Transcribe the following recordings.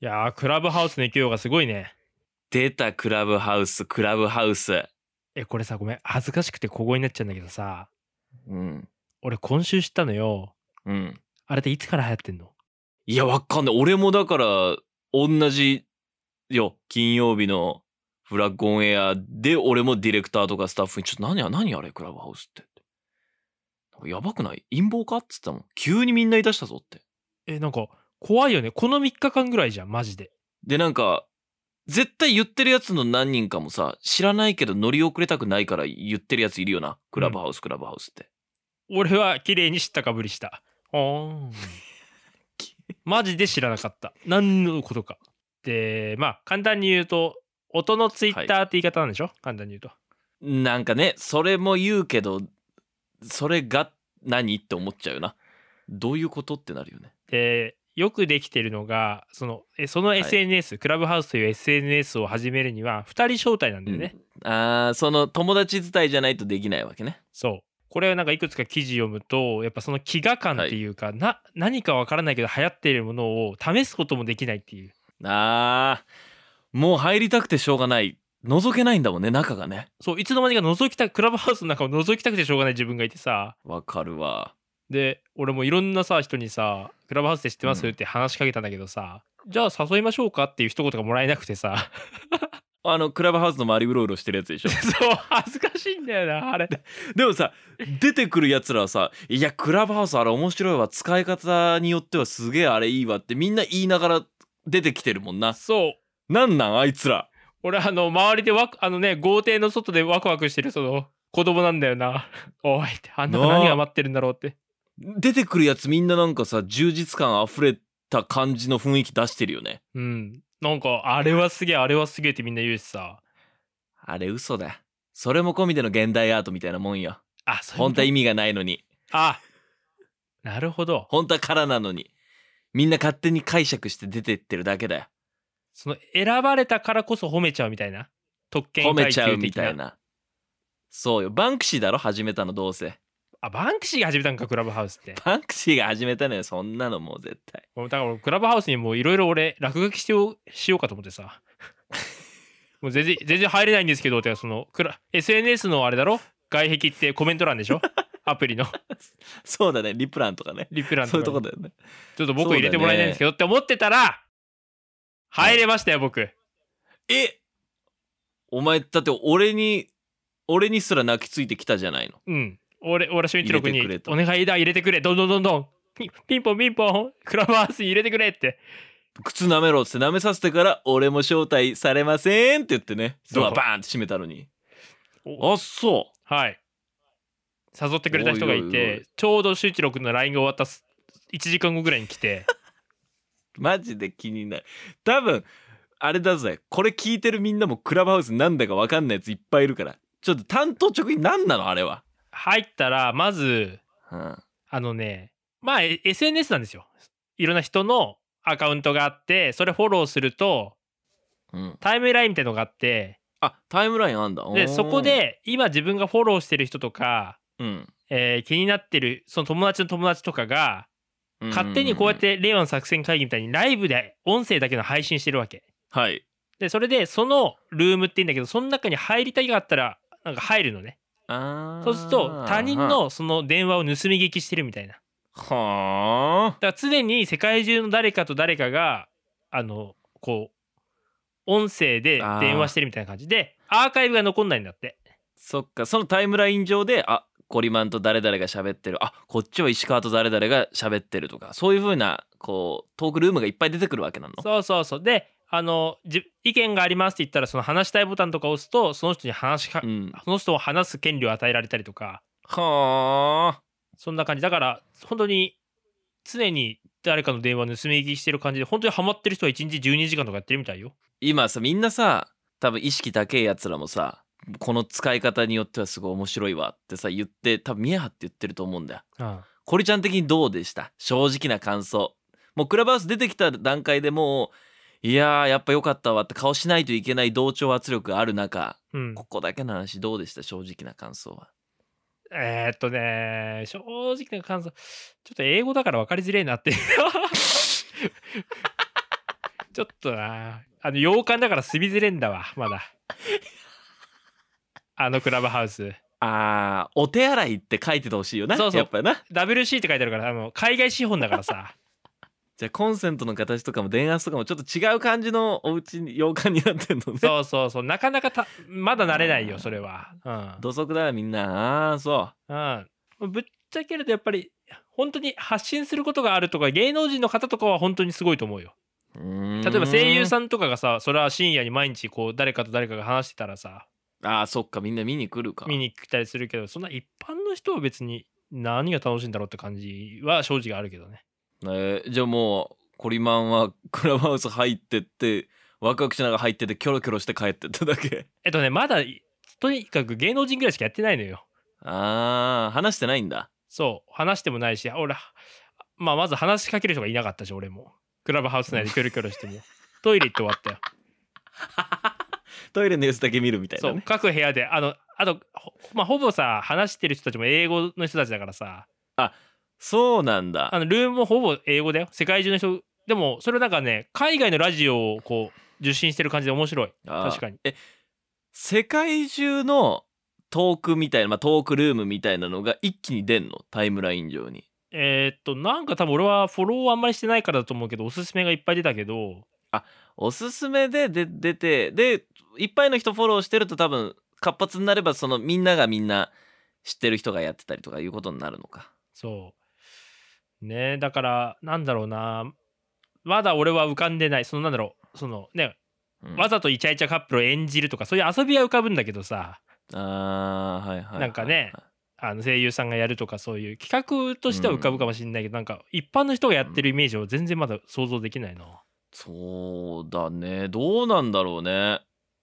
いやー、クラブハウスの勢いがすごいね。出たクラブハウス、クラブハウス。え、これさ、ごめん。恥ずかしくて小声になっちゃうんだけどさ、うん。俺今週知ったのよ。うん。あれっていつから流行ってんのいや、わかんない。俺もだから、同じよ、金曜日のフラッグオンエアで、俺もディレクターとかスタッフに、ちょっと何や、何あれ、クラブハウスって。なんかやばくない陰謀かっつったもん。急にみんな言い出したぞって。え、なんか、怖いよね。この3日間ぐらいじゃん、マジで。で、なんか、絶対言ってるやつの何人かもさ、知らないけど乗り遅れたくないから言ってるやついるよな。クラブハウス、クラブハウスって。俺は綺麗に知ったかぶりした。あーんマジで知らなかった。何のことか。で、まあ、簡単に言うと、音のツイッターって言い方なんでしょ、簡単に言うと。なんかねそれも言うけどそれが何って思っちゃうよなどういうことってなるよねでよくできてるのがそのえそのい SNS、クラブハウスという SNS を始めるには2人招待なんだよね、あーその友達伝いじゃないとできないわけねそうこれはなんかいくつか記事読むとやっぱその飢餓感っていうか、な何かわからないけど流行っているものを試すこともできないっていうあーもう入りたくてしょうがない覗けないんだもんね中がねそういつの間にか覗きたクラブハウスの中を覗きたくてしょうがない自分がいてさわかるわで俺もいろんなさ人にさ「クラブハウスで知ってます?」って話しかけたんだけどさ、じゃあ誘いましょうかっていう一言がもらえなくてさ あのクラブハウスの周りうろうろしてるやつでしょそう恥ずかしいんだよなあれでもさ出てくるやつらはさ「いやクラブハウスあれ面白いわ使い方によってはすげえあれいいわ」ってみんな言いながら出てきてるもんなそうなんなんあいつら俺あの周りでわあのね豪邸の外でワクワクしてるその子供なんだよな おいってあんななあ何が待ってるんだろうって出てくるやつみんななんかさ充実感溢れた感じの雰囲気出してるよねうんなんかあれはすげえあれはすげえってみんな言うしさあれ嘘だそれも込みでの現代アートみたいなもんよあそういうこ本と当は意味がないのにあなるほど本当は空なのにみんな勝手に解釈して出てってるだけだよその選ばれたからこそ褒めちゃうみたいな特権褒階級的なめちゃうみたいなそうよバンクシーだろ始めたのどう せあバンクシーが始めたんかクラブハウスってバンクシーが始めたのよそんなのもう絶対もうだから俺クラブハウスにもういろいろ俺落書きしてよしようかと思ってさ もう全然全然入れないんですけどってかそのクラ SNS のあれだろ外壁ってコメント欄でしょ アプリのそうだねリプランとかねリプランそういうととかこにだよねちょっと僕入れてもらえないんですけどって思ってたら入れましたよ僕えお前だって俺に俺にすら泣きついてきたじゃないのうん俺俺俊一郎君入れに「てくおれ願いだ入れてくれどんどんどんどんピンピンポンピンポンクラブハウスに入れてくれ」って靴舐めろっつって舐めさせてから俺も招待されませんって言ってねドアそうバーンって閉めた のにおあそはい誘ってくれた人がいおいおいおていちょうど俊一郎君の LINE が終わったす1時間後ぐらいに来 てうマジで気になる多分あれだぜこれ聞いてるみんなもクラブハウスなんだか分かんないやついっぱいいるからちょっと担当直に何なのあれは、入ったらまずうん、あのねまあえ SNS なんですよいろんな人のアカウントがあってそれフォローするとうん、タイムラインみたいのがあってあタイムラインあんだおでーそこで今自分がフォローしてる人とか、うんえー気になってるその友達の友達とかが勝手にこうやっ、て令和の作戦会議みたいにライブで音声だけの配信してるわけうんはいでそれでそのルームって言うんだけどその中に入りたいがあったらなんか入るのねあーそうすると他人のその電話を盗み聞きしてるみたいなはあだから常に世界中の誰かと誰かがあのこう音声で電話してるみたいな感じでアーカイブが残んないんだってそっかそのタイムライン上であコリマンと誰々が喋ってるあこっちは石川と誰々が喋ってるとかそういう風なこうトークルームがいっぱい出てくるわけなのそうそうそうであのじ意見がありますって言ったらその話したいボタンとか押すとその人に話しか、うんその人を話す権利を与えられたりとかはあそんな感じだから本当に常に誰かの電話盗み聞きしてる感じで本当にハマってる人は1日12時間とかやってるみたいよ今さみんなさ多分意識高いやつらもさこの使い方によってはすごい面白いわってさ言って多分見え張って言ってると思うんだようんコリちゃん的にどうでした正直な感想もうクラブハウス出てきた段階でもういやーやっぱ良かったわって顔しないといけない同調圧力がある中うんここだけの話どうでした正直な感想は。えー、っとね正直な感想ちょっと英語だから分かりづれえなっていう ちょっとなあの洋館だから住みづれんだわまだあのクラブハウスあーお手洗いって書いててほしいよなそうそうやっぱな WC って書いてあるからあの海外資本だからさじゃあコンセントの形とかも電圧とかもちょっと違う感じのお家に洋館になってんのねそうそうそうなかなかたまだ慣れないよそれはうん土足だなみんなあーそうん、ぶっちゃけるとやっぱり本当に発信することがあるとか芸能人の方とかは本当にすごいと思うよううーん例えば声優さんとかがさそれは深夜に毎日こう誰かと誰かが話してたらさあーそっかみんな見に来るか見に来たりするけどそんな一般の人は別に何が楽しいんだろうって感じは正直あるけどねえーじゃあもうコリマンはクラブハウス入ってってワクワクしながら入っててキョロキョロして帰ってっただ けえっとねまだとにかく芸能人ぐらいしかやってないのよあー話してないんだそう話してもないし俺まあまず話しかける人がいなかったし俺もクラブハウス内でキョロキョロしてもトイレ行って終わったよトイレの様子だけ見るみたいそなうね各部屋であのあとほ,、まあ、ほぼさ話してる人たちも英語の人たちだからさそうなんだあのルームもほぼ英語だよ世界中の人でもそれなんかね海外のラジオをこう受信してる感じで面白いあー確かにえ世界中のトークみたいな、まあ、トークルームみたいなのが一気に出んのタイムライン上にえーっとなんか多分俺はフォローあんまりしてないからだと思うけどおすすめがいっぱい出たけどおすすめでで出てでいっぱいの人フォローしてると多分活発になればそのみんながみんな知ってる人がやってたりとかいうことになるのかそうねだからなんだろうなまだ俺は浮かんでないそのなんだろうそのねうんわざとイチャイチャカップルを演じるとかそういう遊びは浮かぶんだけどさあーはいはいはいはいなんかねあの声優さんがやるとかそういう企画としては浮かぶかもしれないけど、なんか一般の人がやってるイメージを全然まだ想像できないな。そうだねどうなんだろうね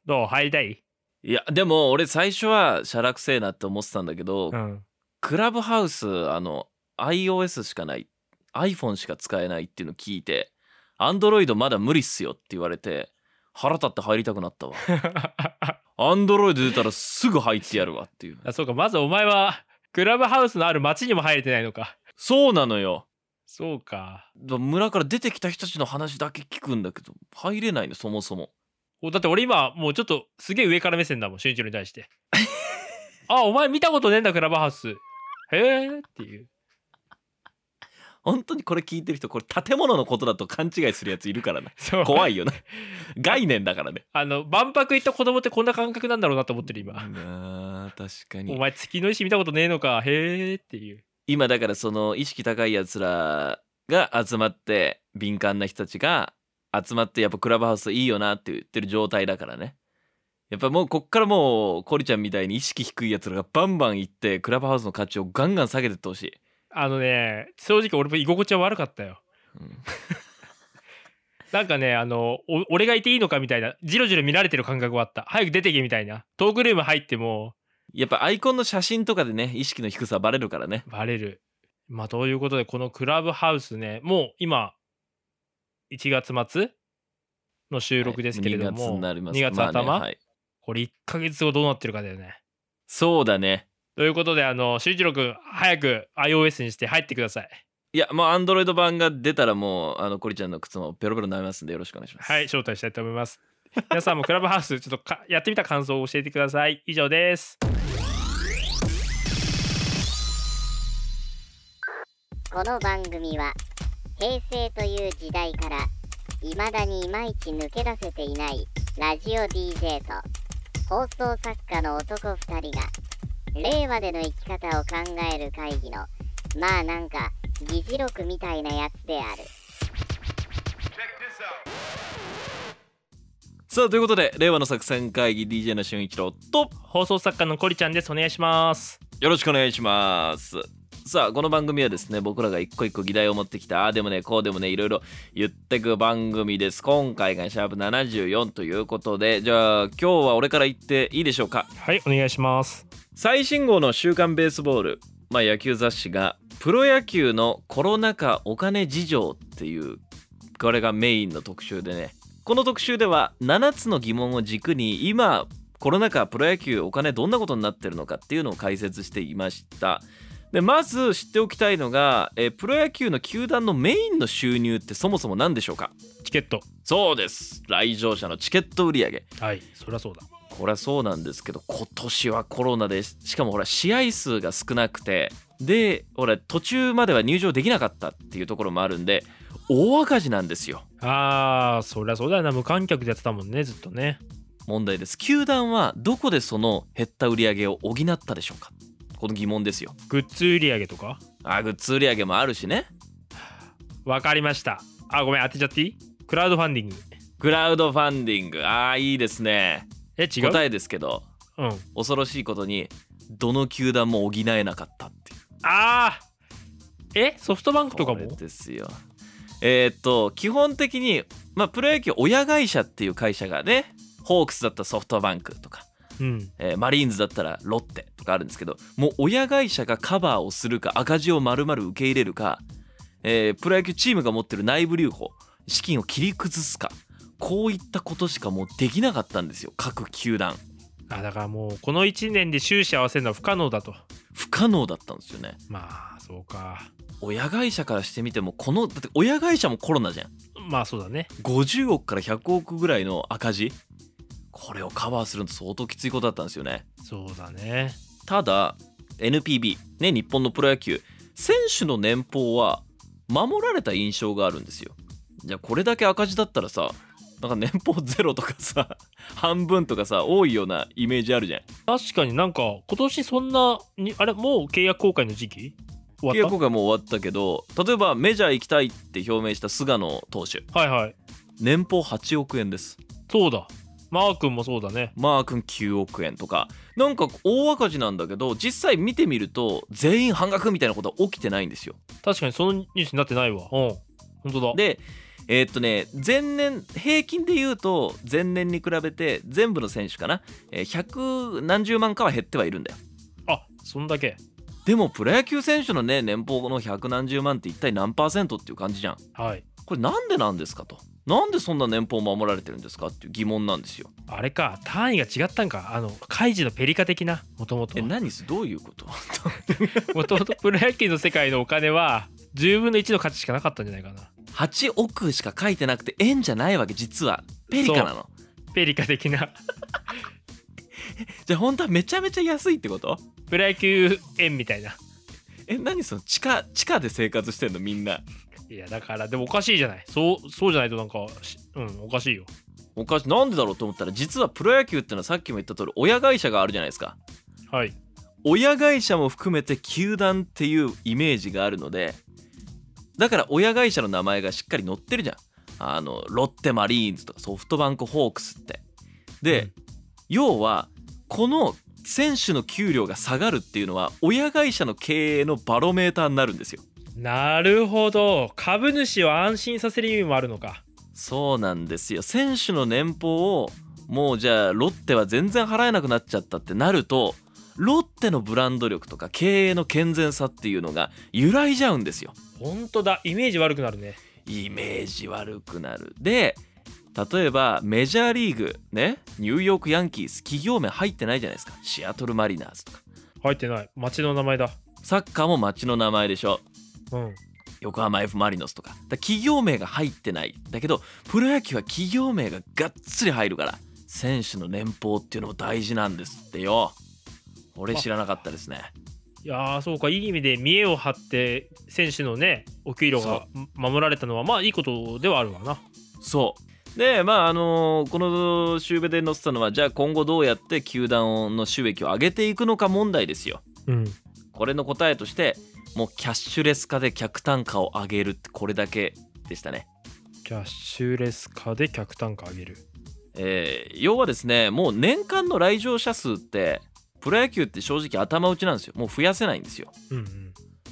どう入りたい、いやでも俺最初はしゃらくせえなって思ってたんだけど、うん、クラブハウスあの iOS しかない iPhone しか使えないっていうの聞いて Android まだ無理っすよって言われて腹立って入りたくな ったわ Android 出たらすぐ入ってやるわっていうあそうかまずお前はクラブハウスのある町にも入れてないのか。そうなのよそうか。村から出てきた人たちの話だけ聞くんだけど入れないのそもそもおだって俺今もうちょっとすげえ上から目線だもん俊一郎に対して。あお前見たことねえんだクラブハウス。へえっていう。本当にこれ聞いてる人これ建物のことだと勘違いするやついるからなそう怖いよ な概念だからねあの万博行った子供ってこんな感覚なんだろうなと思ってる今。あー確かおに前月の石見たことねえのかへえっていう。今だからその意識高いやつらが集まって敏感な人たちが集まってやっぱクラブハウスいいよなって言ってる状態だからねやっぱもうこっからもうコリちゃんみたいに意識低いやつらがバンバン行ってクラブハウスの価値をガンガン下げてってほしい、あのね正直俺も居心地は悪かったようんなんかねあのお俺がいていいのかみたいなジロジロ見られてる感覚はあった早く出てけみたいなトークルーム入ってもやっぱアイコンの写真とかでね意識の低さバレるからねバレるまあということでこのクラブハウスねもう今1月末の収録ですけれども、はい、2月になります2月まあね頭、はいこれ1ヶ月後どうなってるかだよねそうだねということであの修一郎君早く iOS にして入ってくださいいやもうアンドロイド版が出たらもうあのコリちゃんの靴もペロペロ舐めますんでよろしくお願いしますはい、招待したいと思い ます。皆さんもクラブハウスちょっとかやってみた感想を教えてください。以上です。この番組は平成という時代から未だにいまいち抜け出せていないラジオ DJ と放送作家の男2人が令和での生き方を考える会議のまあなんか議事録みたいなやつである。さあということで令和の作戦会議 DJ の俊一郎と放送作家のコリちゃんです。お願いします。よろしくお願いしますさあこの番組はですね僕らが一個一個議題を持ってきたああでもねこうでもねいろいろ言ってく番組です今回がシャープ74ということでじゃあ今日は俺から言っていいでしょうかはい、お願いします。最新号の「週刊ベースボール」まあ、野球雑誌が「プロ野球のコロナ禍お金事情」っていうこれがメインの特集でねこの特集では7つの疑問を軸に今コロナ禍プロ野球お金どんなことになってるのかっていうのを解説していましたでまず知っておきたいのが、えープロ野球の球団のメインの収入ってそもそも何でしょうかチケットそうです来場者のチケット売り上げはいそりゃそうだこれはそうなんですけど今年はコロナでしかもほら試合数が少なくてでほら途中までは入場できなかったっていうところもあるんで大赤字なんですよあーそりゃそうだよな無観客でやってたもんねずっとね問題です球団はどこでその減った売り上げを補ったでしょうかこの疑問ですよグッズ売り上げとかあグッズ売り上げもあるしねわかりましたあごめん当てちゃっていいクラウドファンディングクラウドファンディングああいいですねえ違う答えですけどうん恐ろしいことにどの球団も補えなかったっていうあーえソフトバンクとかこれもですよえーっと基本的に、まあ、プロ野球親会社っていう会社がねホークスだったらソフトバンクとか、うんえーマリーンズだったらロッテとかあるんですけどもう親会社がカバーをするか赤字を丸々受け入れるか、えープロ野球チームが持ってる内部留保資金を切り崩すかこういったことしかもうできなかったんですよ各球団あだからもうこの1年で収支合わせるのは不可能だと不可能だったんですよねまあそうか親会社からしてみてもこのだって親会社もコロナじゃんまあそうだね50億から100億ぐらいの赤字これをカバーするの相当きついことだったんですよねそうだねただ NPB ね日本のプロ野球選手の年俸は守られた印象があるんですよじゃあこれだけ赤字だったらさなんか年俸ゼロとかさ 半分とかさ多いようなイメージあるじゃん確かになんか今年そんなにあれもう契約更改の時期契終わ約っ今回もう終わったけど例えばメジャー行きたいって表明した菅野投手たはいはい年俸8億円ですそうだマー君もそうだねマー君9億円とかなんか大赤字なんだけど実際見てみると全員半額みたいなことは起きてないんですよ確かにそのニュースになってないわうん本当だでえーっとね前年平均で言うと前年に比べて全部の選手かなえー100何十万かは減ってはいるんだよあそんだけでもプロ野球選手のね年俸の100何十万って一体何パーセントっていう感じじゃんはいこれなんでなんですかとなんでそんな年俸守られてるんですかっていう疑問なんですよあれか単位が違ったんかあの開示のペリカ的なもともとえ何すどういうことも ともとプロ野球の世界のお金は10分の1の価値しかなかったんじゃないかな8億しか書いてなくて円じゃないわけ実はペリカなのペリカ的 なじゃあ本当はめちゃめちゃ安いってことプロ野球円みたいなえ何その地下地下で生活してんのみんないやだからでもおかしいじゃないそうそうじゃないとなんかしうんおかしいよおかしいなんでだろうと思ったら実はプロ野球ってのはさっきも言った通り親会社があるじゃないですかはい親会社も含めて球団っていうイメージがあるのでだから親会社の名前がしっかり載ってるじゃんあのロッテマリーンズとかソフトバンクホークスってで、うん要はこの選手の給料が下がるっていうのは親会社の経営のバロメーターになるんですよなるほど株主を安心させる意味もあるのかそうなんですよ選手の年俸をもうじゃあロッテは全然払えなくなっちゃったってなるとロッテのブランド力とか経営の健全さっていうのが揺らいじゃうんですよほんとだイメージ悪くなるねイメージ悪くなるで例えばメジャーリーグねニューヨークヤンキース企業名入ってないじゃないですかシアトルマリナーズとか入ってない町の名前だサッカーも町の名前でしょうん横浜 F ・マリノスとかだから企業名が入ってないだけどプロ野球は企業名ががっつり入るから選手の年俸っていうのも大事なんですってよ俺知らなかったですねいやーそうかいい意味で見栄を張って選手のねお給料が守られたのはまあいいことではあるわなそうでまああのーこの週べで載ってたのはじゃあ今後どうやって球団の収益を上げていくのか問題ですようんこれの答えとしてもうキャッシュレス化で客単価を上げるってこれだけでしたねキャッシュレス化で客単価上げるえー要はですねもう年間の来場者数ってプロ野球って正直頭打ちなんですよもう増やせないんですようんうん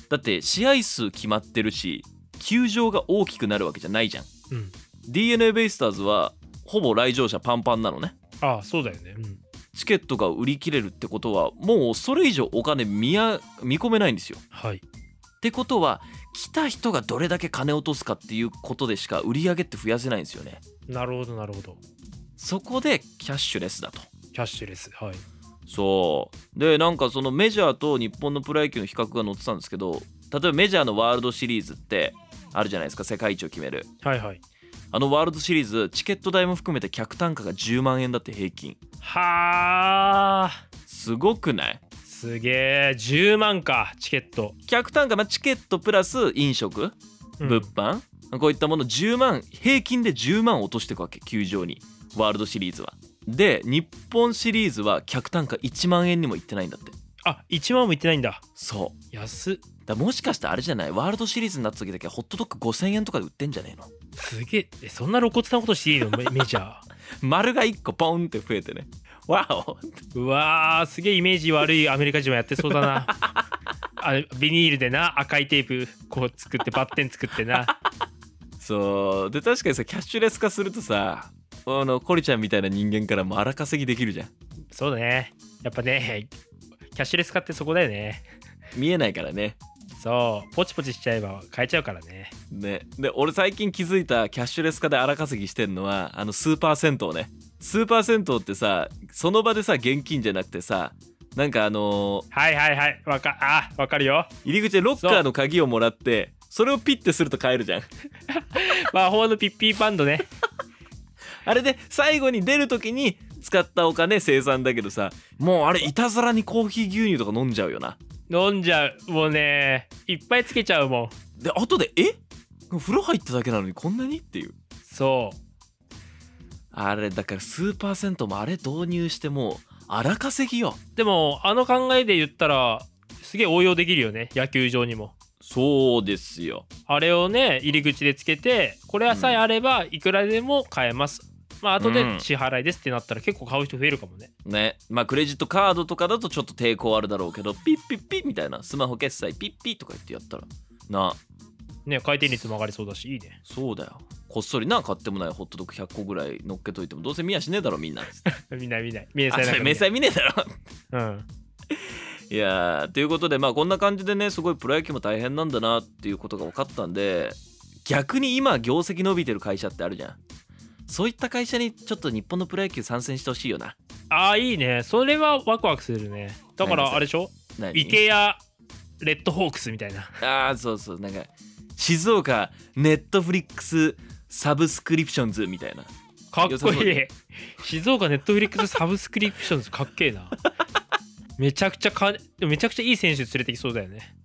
だって試合数決まってるし球場が大きくなるわけじゃないじゃんうん d n a ベイスターズはほぼ来場者パンパンなのねああそうだよねうんチケットが売り切れるってことはもうそれ以上お金見や見込めないんですよはいってことは来た人がどれだけ金落とすかっていうことでしか売り上げって増やせないんですよねなるほどなるほどそこでキャッシュレスだとキャッシュレスはいそうでなんかそのメジャーと日本のプロ野球の比較が載ってたんですけど例えばメジャーのワールドシリーズってあるじゃないですか世界一を決めるはいはい。あのワールドシリーズチケット代も含めて客単価が10万円だって平均はあ。すごくないすげえ10万かチケット、客単価、まあ、チケットプラス飲食うん物販、こういったもの10万平均で10万落としていくわけ球場にワールドシリーズはで日本シリーズは客単価1万円にもいってないんだってあ1万もいってないんだそう安っだからもしかしてあれじゃないワールドシリーズになった時だけホットドッグ5000円とかで売ってんじゃねえのすげええそんな露骨なことしていいのメメジャ丸が1個ポンって増えてねわおーうわーすげえイメージ悪いアメリカ人はやってそうだなあれビニールでな赤いテープこう作ってバッテン作ってなそうで確かにさキャッシュレス化するとさあのコリちゃんみたいな人間からも荒稼ぎできるじゃんそうだねやっぱねキャッシュレス化ってそこだよね見えないからねそうポチポチしちゃえば買えちゃうからねねで俺最近気づいたキャッシュレス化で荒稼ぎしてんのはあのスーパー銭湯ねスーパー銭湯ってさその場でさ現金じゃなくてさなんかあのはいはいはいわかあわかるよー入り口でロッカーの鍵をもらってそれをピッてすると買えるじゃん魔法のピッピーバンドねあれで最後に出る時に使ったお金生産だけどさもうあれいたずらにコーヒー牛乳とか飲んじゃうよな飲んじゃうもうねいっぱいつけちゃうもんで後でえ風呂入っただけなのにこんなにっていうそうあれだからスーパー銭湯もあれ導入してもう荒稼ぎよでもあの考えで言ったらすげえ応用できるよね野球場にもそうですよあれをね入り口でつけてこれはさえうんあればいくらでも買えます、まあ後うでん支払いですってなったら結構買う人増えるかもねねまあクレジットカードとかだとちょっと抵抗あるだろうけどピッピッピッみたいなスマホ決済ピッピッとか言ってやったらなね回転率も上がりそうだしいい ねそうだよこっそりな買ってもないホットドッグ100個ぐらい乗っけといてもどうせ見やしねえだろみんな見ない見ない明あ細なんそか見れ明ない細見ねえだろうん いやーということでまあこんな感じでねすごいプロ野球も大変なんだなっていうことが分かったんで逆に今業績伸びてる会社ってあるじゃんそういった会社にちょっと日本のプロ野球参戦してほしいよなああいいねそれはワクワクするねだか何らそれあれでしょ何池やレッドホークスみたい なああそうそうなんか静岡ネットフリックスサブスクリプションズみたいなかっ良さこそういい静岡ネットフリックスサブスクリプションズかっけえなめちゃくちゃかめちゃくちゃいい選手連れてきそうだよね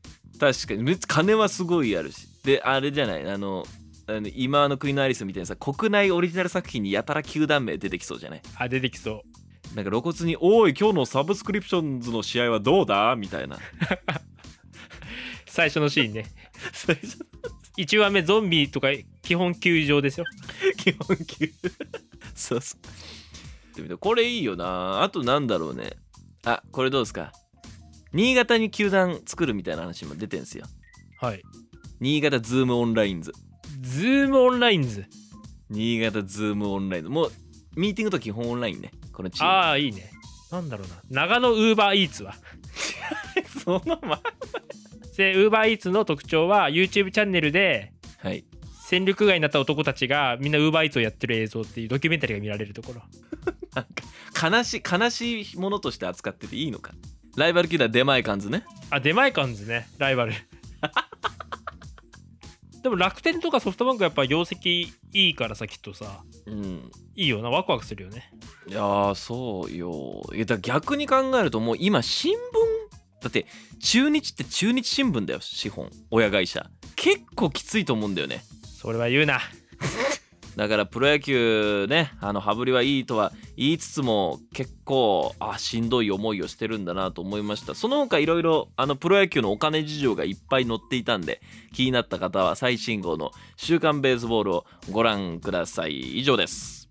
確かにめっちゃ金はすごいあるしであれじゃないあのあの今の国のアリスみたいなさ国内オリジナル作品にやたら球団名出てきそうじゃないあ出てきそなんか露骨に「おい今日のサブスクリプションズの試合はどうだ?」みたいな う最初のシー ンね最初1話目ゾンビとか基本球場ですよ基本給そうそうでもこれいいよなあとなんだろうねあこれどうですか新潟に球団作るみたいな話も出てんすよはい新潟ズームオンラインズズームオンラインズ新潟ズームオンラインズもうミーティングと基本オンラインねこのチームああいいねなんだろうな長野ウーバーイーツは そのまでウーバーイーツの特徴は YouTube チャンネルではい戦力外になった男たちがみんなウーバーイーツをやってる映像っていうドキュメンタリーが見られるところなんか悲しい悲しいものとして扱ってていいのかライバル球団出前感じねあ出前感ズねライ バルでも楽天とかソフトバンクやっぱ業績いいからさきっとさうんいいよなワクワクするよねいやーそうよいやだから逆に考えるともう今新聞だって中日って中日新聞だよ資本親会社結構きついと思うんだよねそれは言うなだからプロ野球ねあの羽振りはいいとは言いつつも結構あしんどい思いをしてるんだなと思いましたその他いろいろあのプロ野球のお金事情がいっぱい載っていたんで気になった方は最新号の「週刊ベースボール」をご覧ください以上です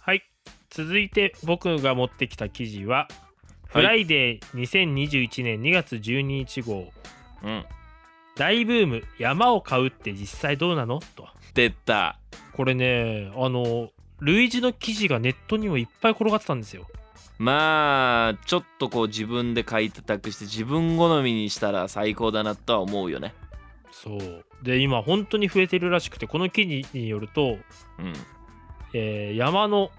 はい続いて僕が持ってきた記事は「はフいライデー2021年2月12日号、うん大ブーム山を買うって実際どうなの?」と出たこれねあの類似の記事がネットにもいっぱい転がってたんですよまあちょっとこう自分で開拓して自分好みにしたら最高だなとは思うよねそうで今本当に増えてるらしくてこの記事によるとうんえー山の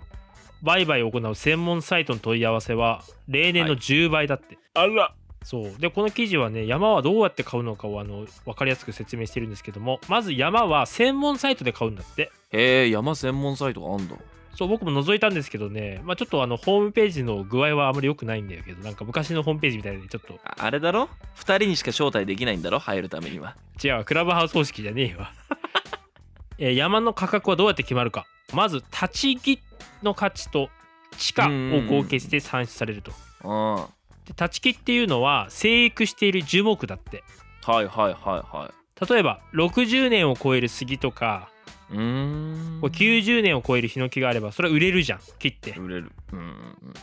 売買を行う専門サイトの問い合わせは例年のはい10倍だって、あらそうでこの記事はね山はどうやって買うのかをあの分かりやすく説明してるんですけどもまず山は専門サイトで買うんだってへえ山専門サイトがあんだそう僕も覗いたんですけどね、まあ、ちょっとあのホームページの具合はあまり良くないんだけどなんか昔のホームページみたいでちょっとああれだろ二人にしか招待できないんだろ入るためには違うわクラブハウス方式じゃねえわ、 えー山の価格はどうやって決まるかまず立ち木の価値と地価を合計して算出されるとうんはで立ち木っていうのは生育している樹木だっていはいはいは例えば60年を超える杉とかいうーんこう90年を超えるヒノキがあればそれは売れるじゃん切って売れるうんうんうんだ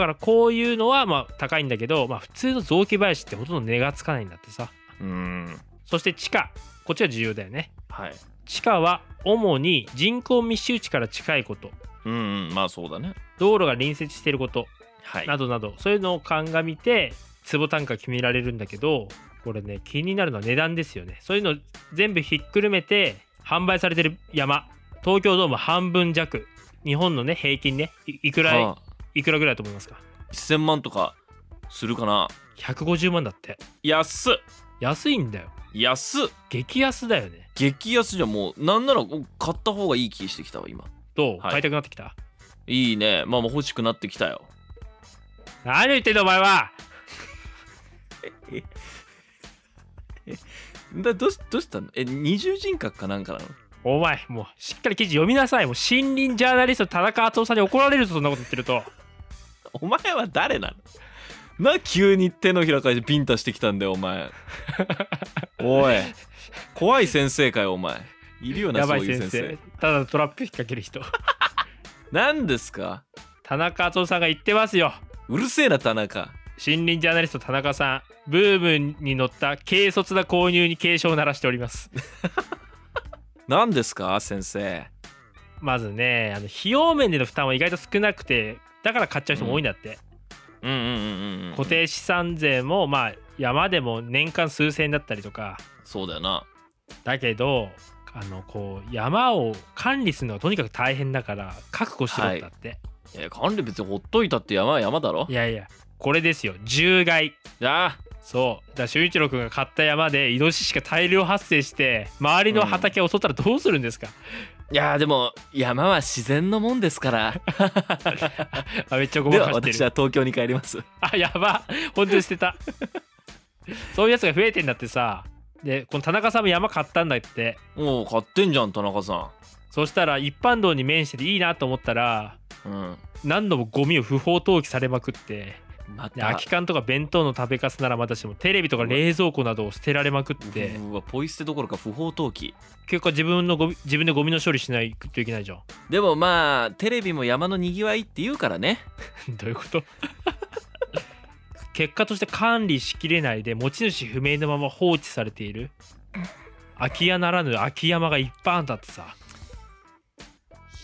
からこういうのはまあ高いんだけど、まあ、普通の雑木林ってほとんど値がつかないんだってさうんそして地下こっちは重要だよねはい地下は主に人口密集地から近いことうんうんまあそうだね道路が隣接していることはいなどなどそういうのを鑑みて坪単価決められるんだけどこれね気になるのは値段ですよねそういうの全部ひっくるめて販売されてる山東京ドーム半分弱日本のね平均ねいいくらい,、はあいくらぐらいだと思いますか1000万とかするかな150万だって安っ安いんだよ安っ激安だよね激安じゃんもうなんなら買った方がいい気してきたわ今どう、はい買いたくなってきたいいねまあまあ欲しくなってきたよ何言ってんだお前はだどうしどうしたのえ二重人格かなんかなのお前もうしっかり記事読みなさいもう森林ジャーナリスト田中敦夫さんに怒られるぞそんなこと言ってるとお前は誰なのな急に手のひら返してピンタしてきたんだよ お前おい怖い先生かよお前いるよなや そばういいう先先生生ただトラップ引っ掛ける人何ですか田中敦夫さんが言ってますようるせえな田中森林ジャーナリスト田中さんブームに乗った軽率な購入に警鐘を鳴らしております何ですか先生まずねあの費用面での負担は意外と少なくてだから買っちゃう人も多いんだって、うんうんうんうんうん固定資産税もまあ山でも年間数千円だったりとかそうだよなだけどあのこう山を管理するのはとにかく大変だから覚悟しろってだって、いや管理別にほっといたって山は山だろい、やいやこれですよ獣害あそうだから俊一郎君が買った山でイノシシが大量発生して周りの畑を襲ったらどうするんですか、 いやでも山は自然のもんですから あめっちゃごでまはかして私るは東京に帰りますあやば本当に捨てた そういうやつが増えてんだってさでこの田中さんも山買ったんだってもう買ってんじゃん田中さそしたら一般道に面してていいなと思ったらんうん何度もゴミを不法投棄されまくってまでた空き缶とか弁当の食べかすならまだしもテレビとか冷蔵庫などを捨てられまくってうわポイ捨てどころか不法投棄結果自分のゴミ自分でゴミの処理しないといけないじゃんでもまあテレビも山のにぎわいって言うからね どういうこと結果として管理しきれないで持ち主不明のまま放置されている空き家ならぬ空き山がいっぱいあんだってさ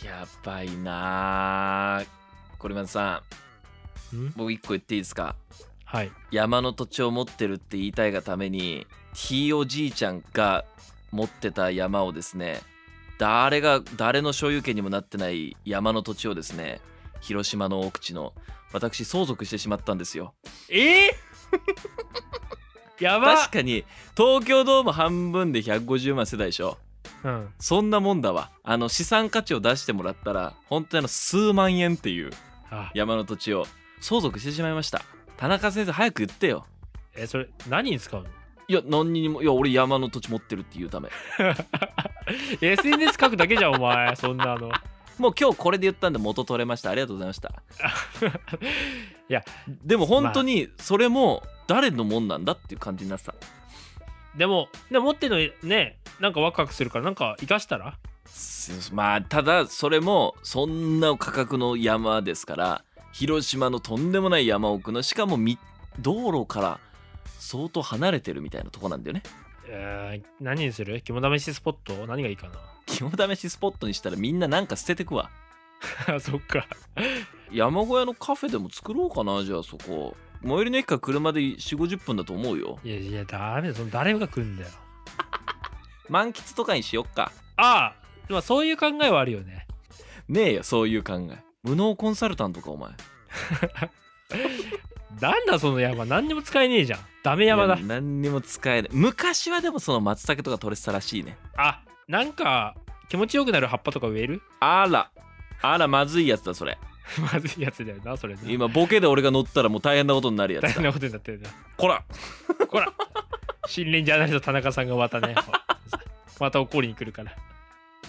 やばいなあこれまずさん僕一個言っていいですかはい山の土地を持ってるって言いたいがためにひいおじいちゃんが持ってた山をですね誰が誰の所有権にもなってない山の土地をですね広島の奥地の私相続してしまったんですよえ ー、やば確かに東京ドーム半分で150万世代でしょうん、そんなもんだわあの資産価値を出してもらったら本当にあの数万円っていうあ山の土地を相続してしまいました田中先生早く言ってよえそれ何に使うのいや何にもいや俺山の土地持ってるっていうため SNS 書くだけじゃんお前 そんなのもう今日これで言ったんで元取れましたありがとうございましたいやでも本当にそれも誰のもんなんだっていう感じになってたでもでも持ってるのねなんかワクワクするからなんか生かしたらすまあただそれもそんな価格の山ですから広島のとんでもない山奥のしかもみ道路から相当離れてるみたいなとこなんだよねえー、何にする肝試しスポット何がいいか肝試しスポットにしたらみんななんか捨ててくわな あそっか山小屋のカフェでも作ろうかなじゃあそこ最寄りの駅から車で4 5 0分だと思うよいやいやダメだその誰が来んだよ満喫とかにしよっかああでもそういう考えはあるよねねえよそういう考え無能コンサルタントかお前なんだその山何にも使えねえじゃんダメ山だいや何にも使えない昔はでもその松茸とか取れてたらしいねあなんか気持ちよくなる葉っぱとか植える あらあらまずいやつだそれまずいやつだよなそれな今ボケで俺が乗ったらもう大変なことになるや大つ変だなことになってるなこらほら新レンジャーなりと田中さんがまたね また怒りに来るから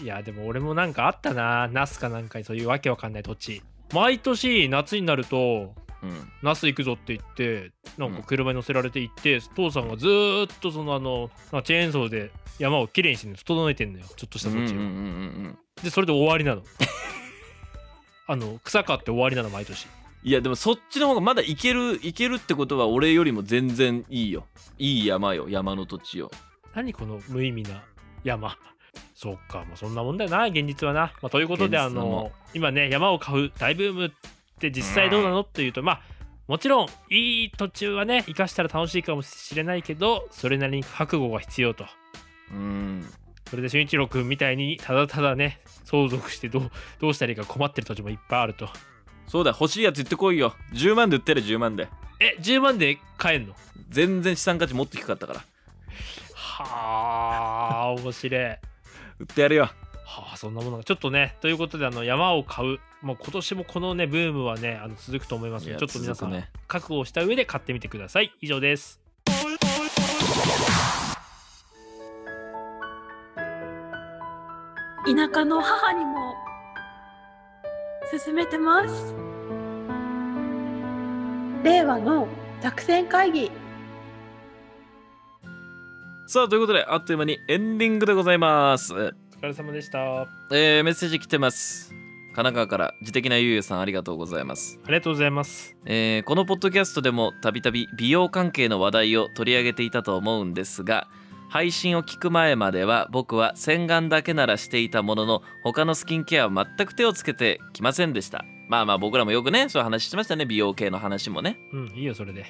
いやでも俺もなんかあったなナスかなんかにそういうわけわかんない土地毎年夏になるとうんナス行くぞって言ってなんか車に乗せられて行って、父さんがずーっとそのあのまあチェーンソーで山をきれいにしてんの整えてんのよちょっとしたうん土地を、うんうんうんでそれで終わりなの あの草刈って終わりなの毎年いやでもそっちの方がまだいけるいけるってことは俺よりも全然いいよいい山よ山の土地よ何この無意味な山そっかもうそんなもんだよな現実はな、まあということで現実あはのも今ね山を買う大ブームって実際どうなのっていうとまあもちろんいい途中はね生かしたら楽しいかもしれないけどそれなりに覚悟が必要とうんそれで俊一郎君みたいにただただね相続してどうどうしたらいいか困ってる土地もいっぱいあるとそうだ欲しいやつ言ってこいよ10万で売ってる10万でえ10万で買えんの全然資産価値もっと低かったからはあ面白い売ってやるよはあそんなものがちょっとねということであの山を買う、まあ、今年もこのねブームはねあの続くと思いますいのやでちょっと皆さん、続くね覚悟をした上で買ってみてください以上です田舎の母にも勧めてます令和の作戦会議さあということであっという間にエンディングでございますお疲れ様でしたあえー、メッセージ来てます神奈川から自的なゆうゆうさんありがとうございますりがとうございますえーこのポッドキャストでもたびたび美容関係の話題を取り上げていたと思うんですが配信を聞く前までは僕は洗顔だけならしていたものの他のスキンケアは全く手をつけてきませんでしたまあまあ僕らもよくねそういう話してましたね美容系の話もねうんいいよそれで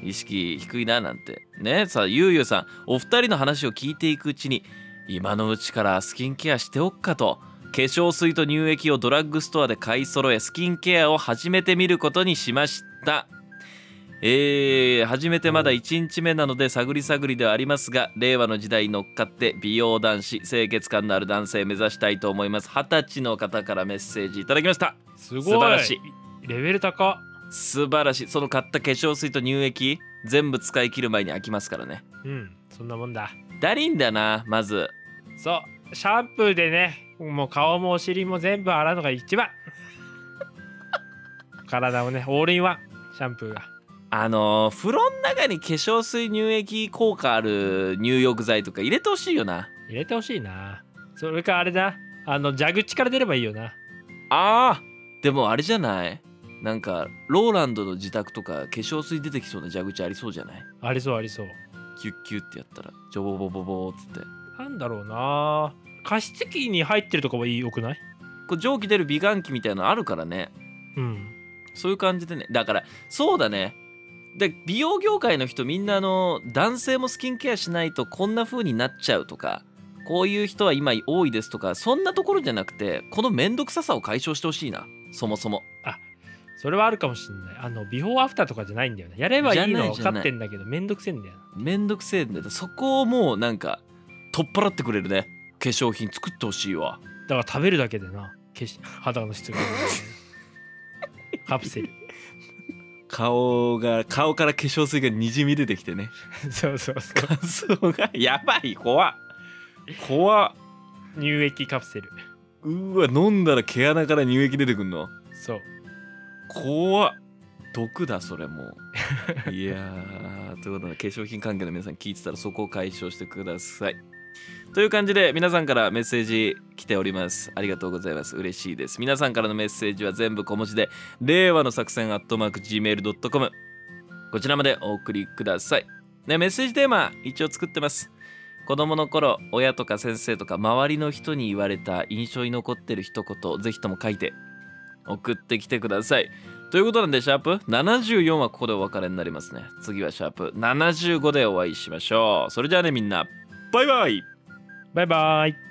意識低いななんてねさあゆうゆうさんお二人の話を聞いていくうちに今のうちからスキンケアしておくかと化粧水と乳液をドラッグストアで買い揃えスキンケアを始めてみることにしましたえー、初めてまだ1日目なので探り探りではありますが令和の時代に乗っかって美容男子清潔感のある男性目指したいと思います二十歳の方からメッセージいただきましたすごい素晴らしいレベル高素晴らしいその買った化粧水と乳液全部使い切る前に飽きますからねうんそんなもんだダリンだなまずそうシャンプーでねもう顔もお尻も全部洗うのが一 番体をねオールインワンシャンプーがあのー風呂の中に化粧水乳液効果ある入浴剤とか入れてほしいよな入れてほしいなそれかあれだあの蛇口から出ればいいよなあーでもあれじゃないなんかローランドの自宅とか化粧水出てきそうな蛇口ありそうじゃないありそうありそうキュッキュッってやったらジョボボボボーっつってなんだろうな加湿器に入ってるとかも良くないこう蒸気出る美顔器みたいなのあるからねうんそういう感じでねだからそうだねで美容業界の人みんなあの男性もスキンケアしないとこんな風になっちゃうとかこういう人は今多いですとかそんなところじゃなくてこの面倒くささを解消してほしいなそもそもそれはあるかもしんないあのビフォーアフターとかじゃないんだよねやればいいのは分じゃないじゃないかってんだけどめんどくせえんだよな面倒くせえんだよそこをもうなんか取っ払ってくれるね化粧品作ってほしいわだから食べるだけでな消し肌の 質がカプセル顔が顔から化粧水がにじみ出てきてねそうそうそ乾燥がやばい怖っ怖っう乳液カプセルうわ飲んだら毛穴から乳液出てくんのそう怖っ毒だそれもう いやーということで化粧品関係の皆さん聞いてたらそこを解消してくださいという感じで皆さんからメッセージ来ておりますありがとうございます嬉しいです皆さんからのメッセージは全部小文字で令和の作戦アットマーク Gmail.com こちらまでお送りくださいねメッセージテーマ一応作ってます子供の頃親とか先生とか周りの人に言われた印象に残ってる一言ぜひとも書いて送ってきてくださいということなんでシャープ74はここでお別れになりますね次はシャープ75でお会いしましょうそれじゃあねみんなバイバイバイバイ